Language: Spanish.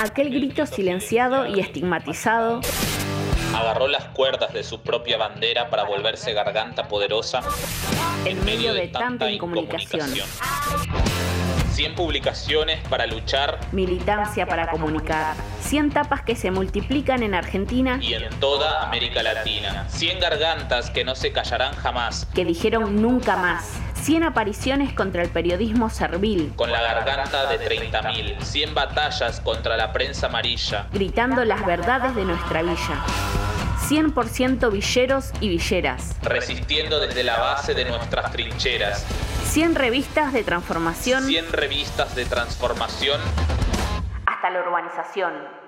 Aquel grito silenciado y estigmatizado agarró las cuerdas de su propia bandera para volverse garganta poderosa en medio de tanta incomunicación. incomunicación. 100 publicaciones para luchar. Militancia para comunicar. 100 tapas que se multiplican en Argentina. Y en toda América Latina. 100 gargantas que no se callarán jamás. Que dijeron nunca más. 100 apariciones contra el periodismo servil. Con la garganta de 30.000. 100 batallas contra la prensa amarilla. Gritando las verdades de nuestra villa. 100% villeros y villeras. Resistiendo desde la base de nuestras trincheras. 100 revistas de transformación. 100 revistas de transformación. Hasta la urbanización.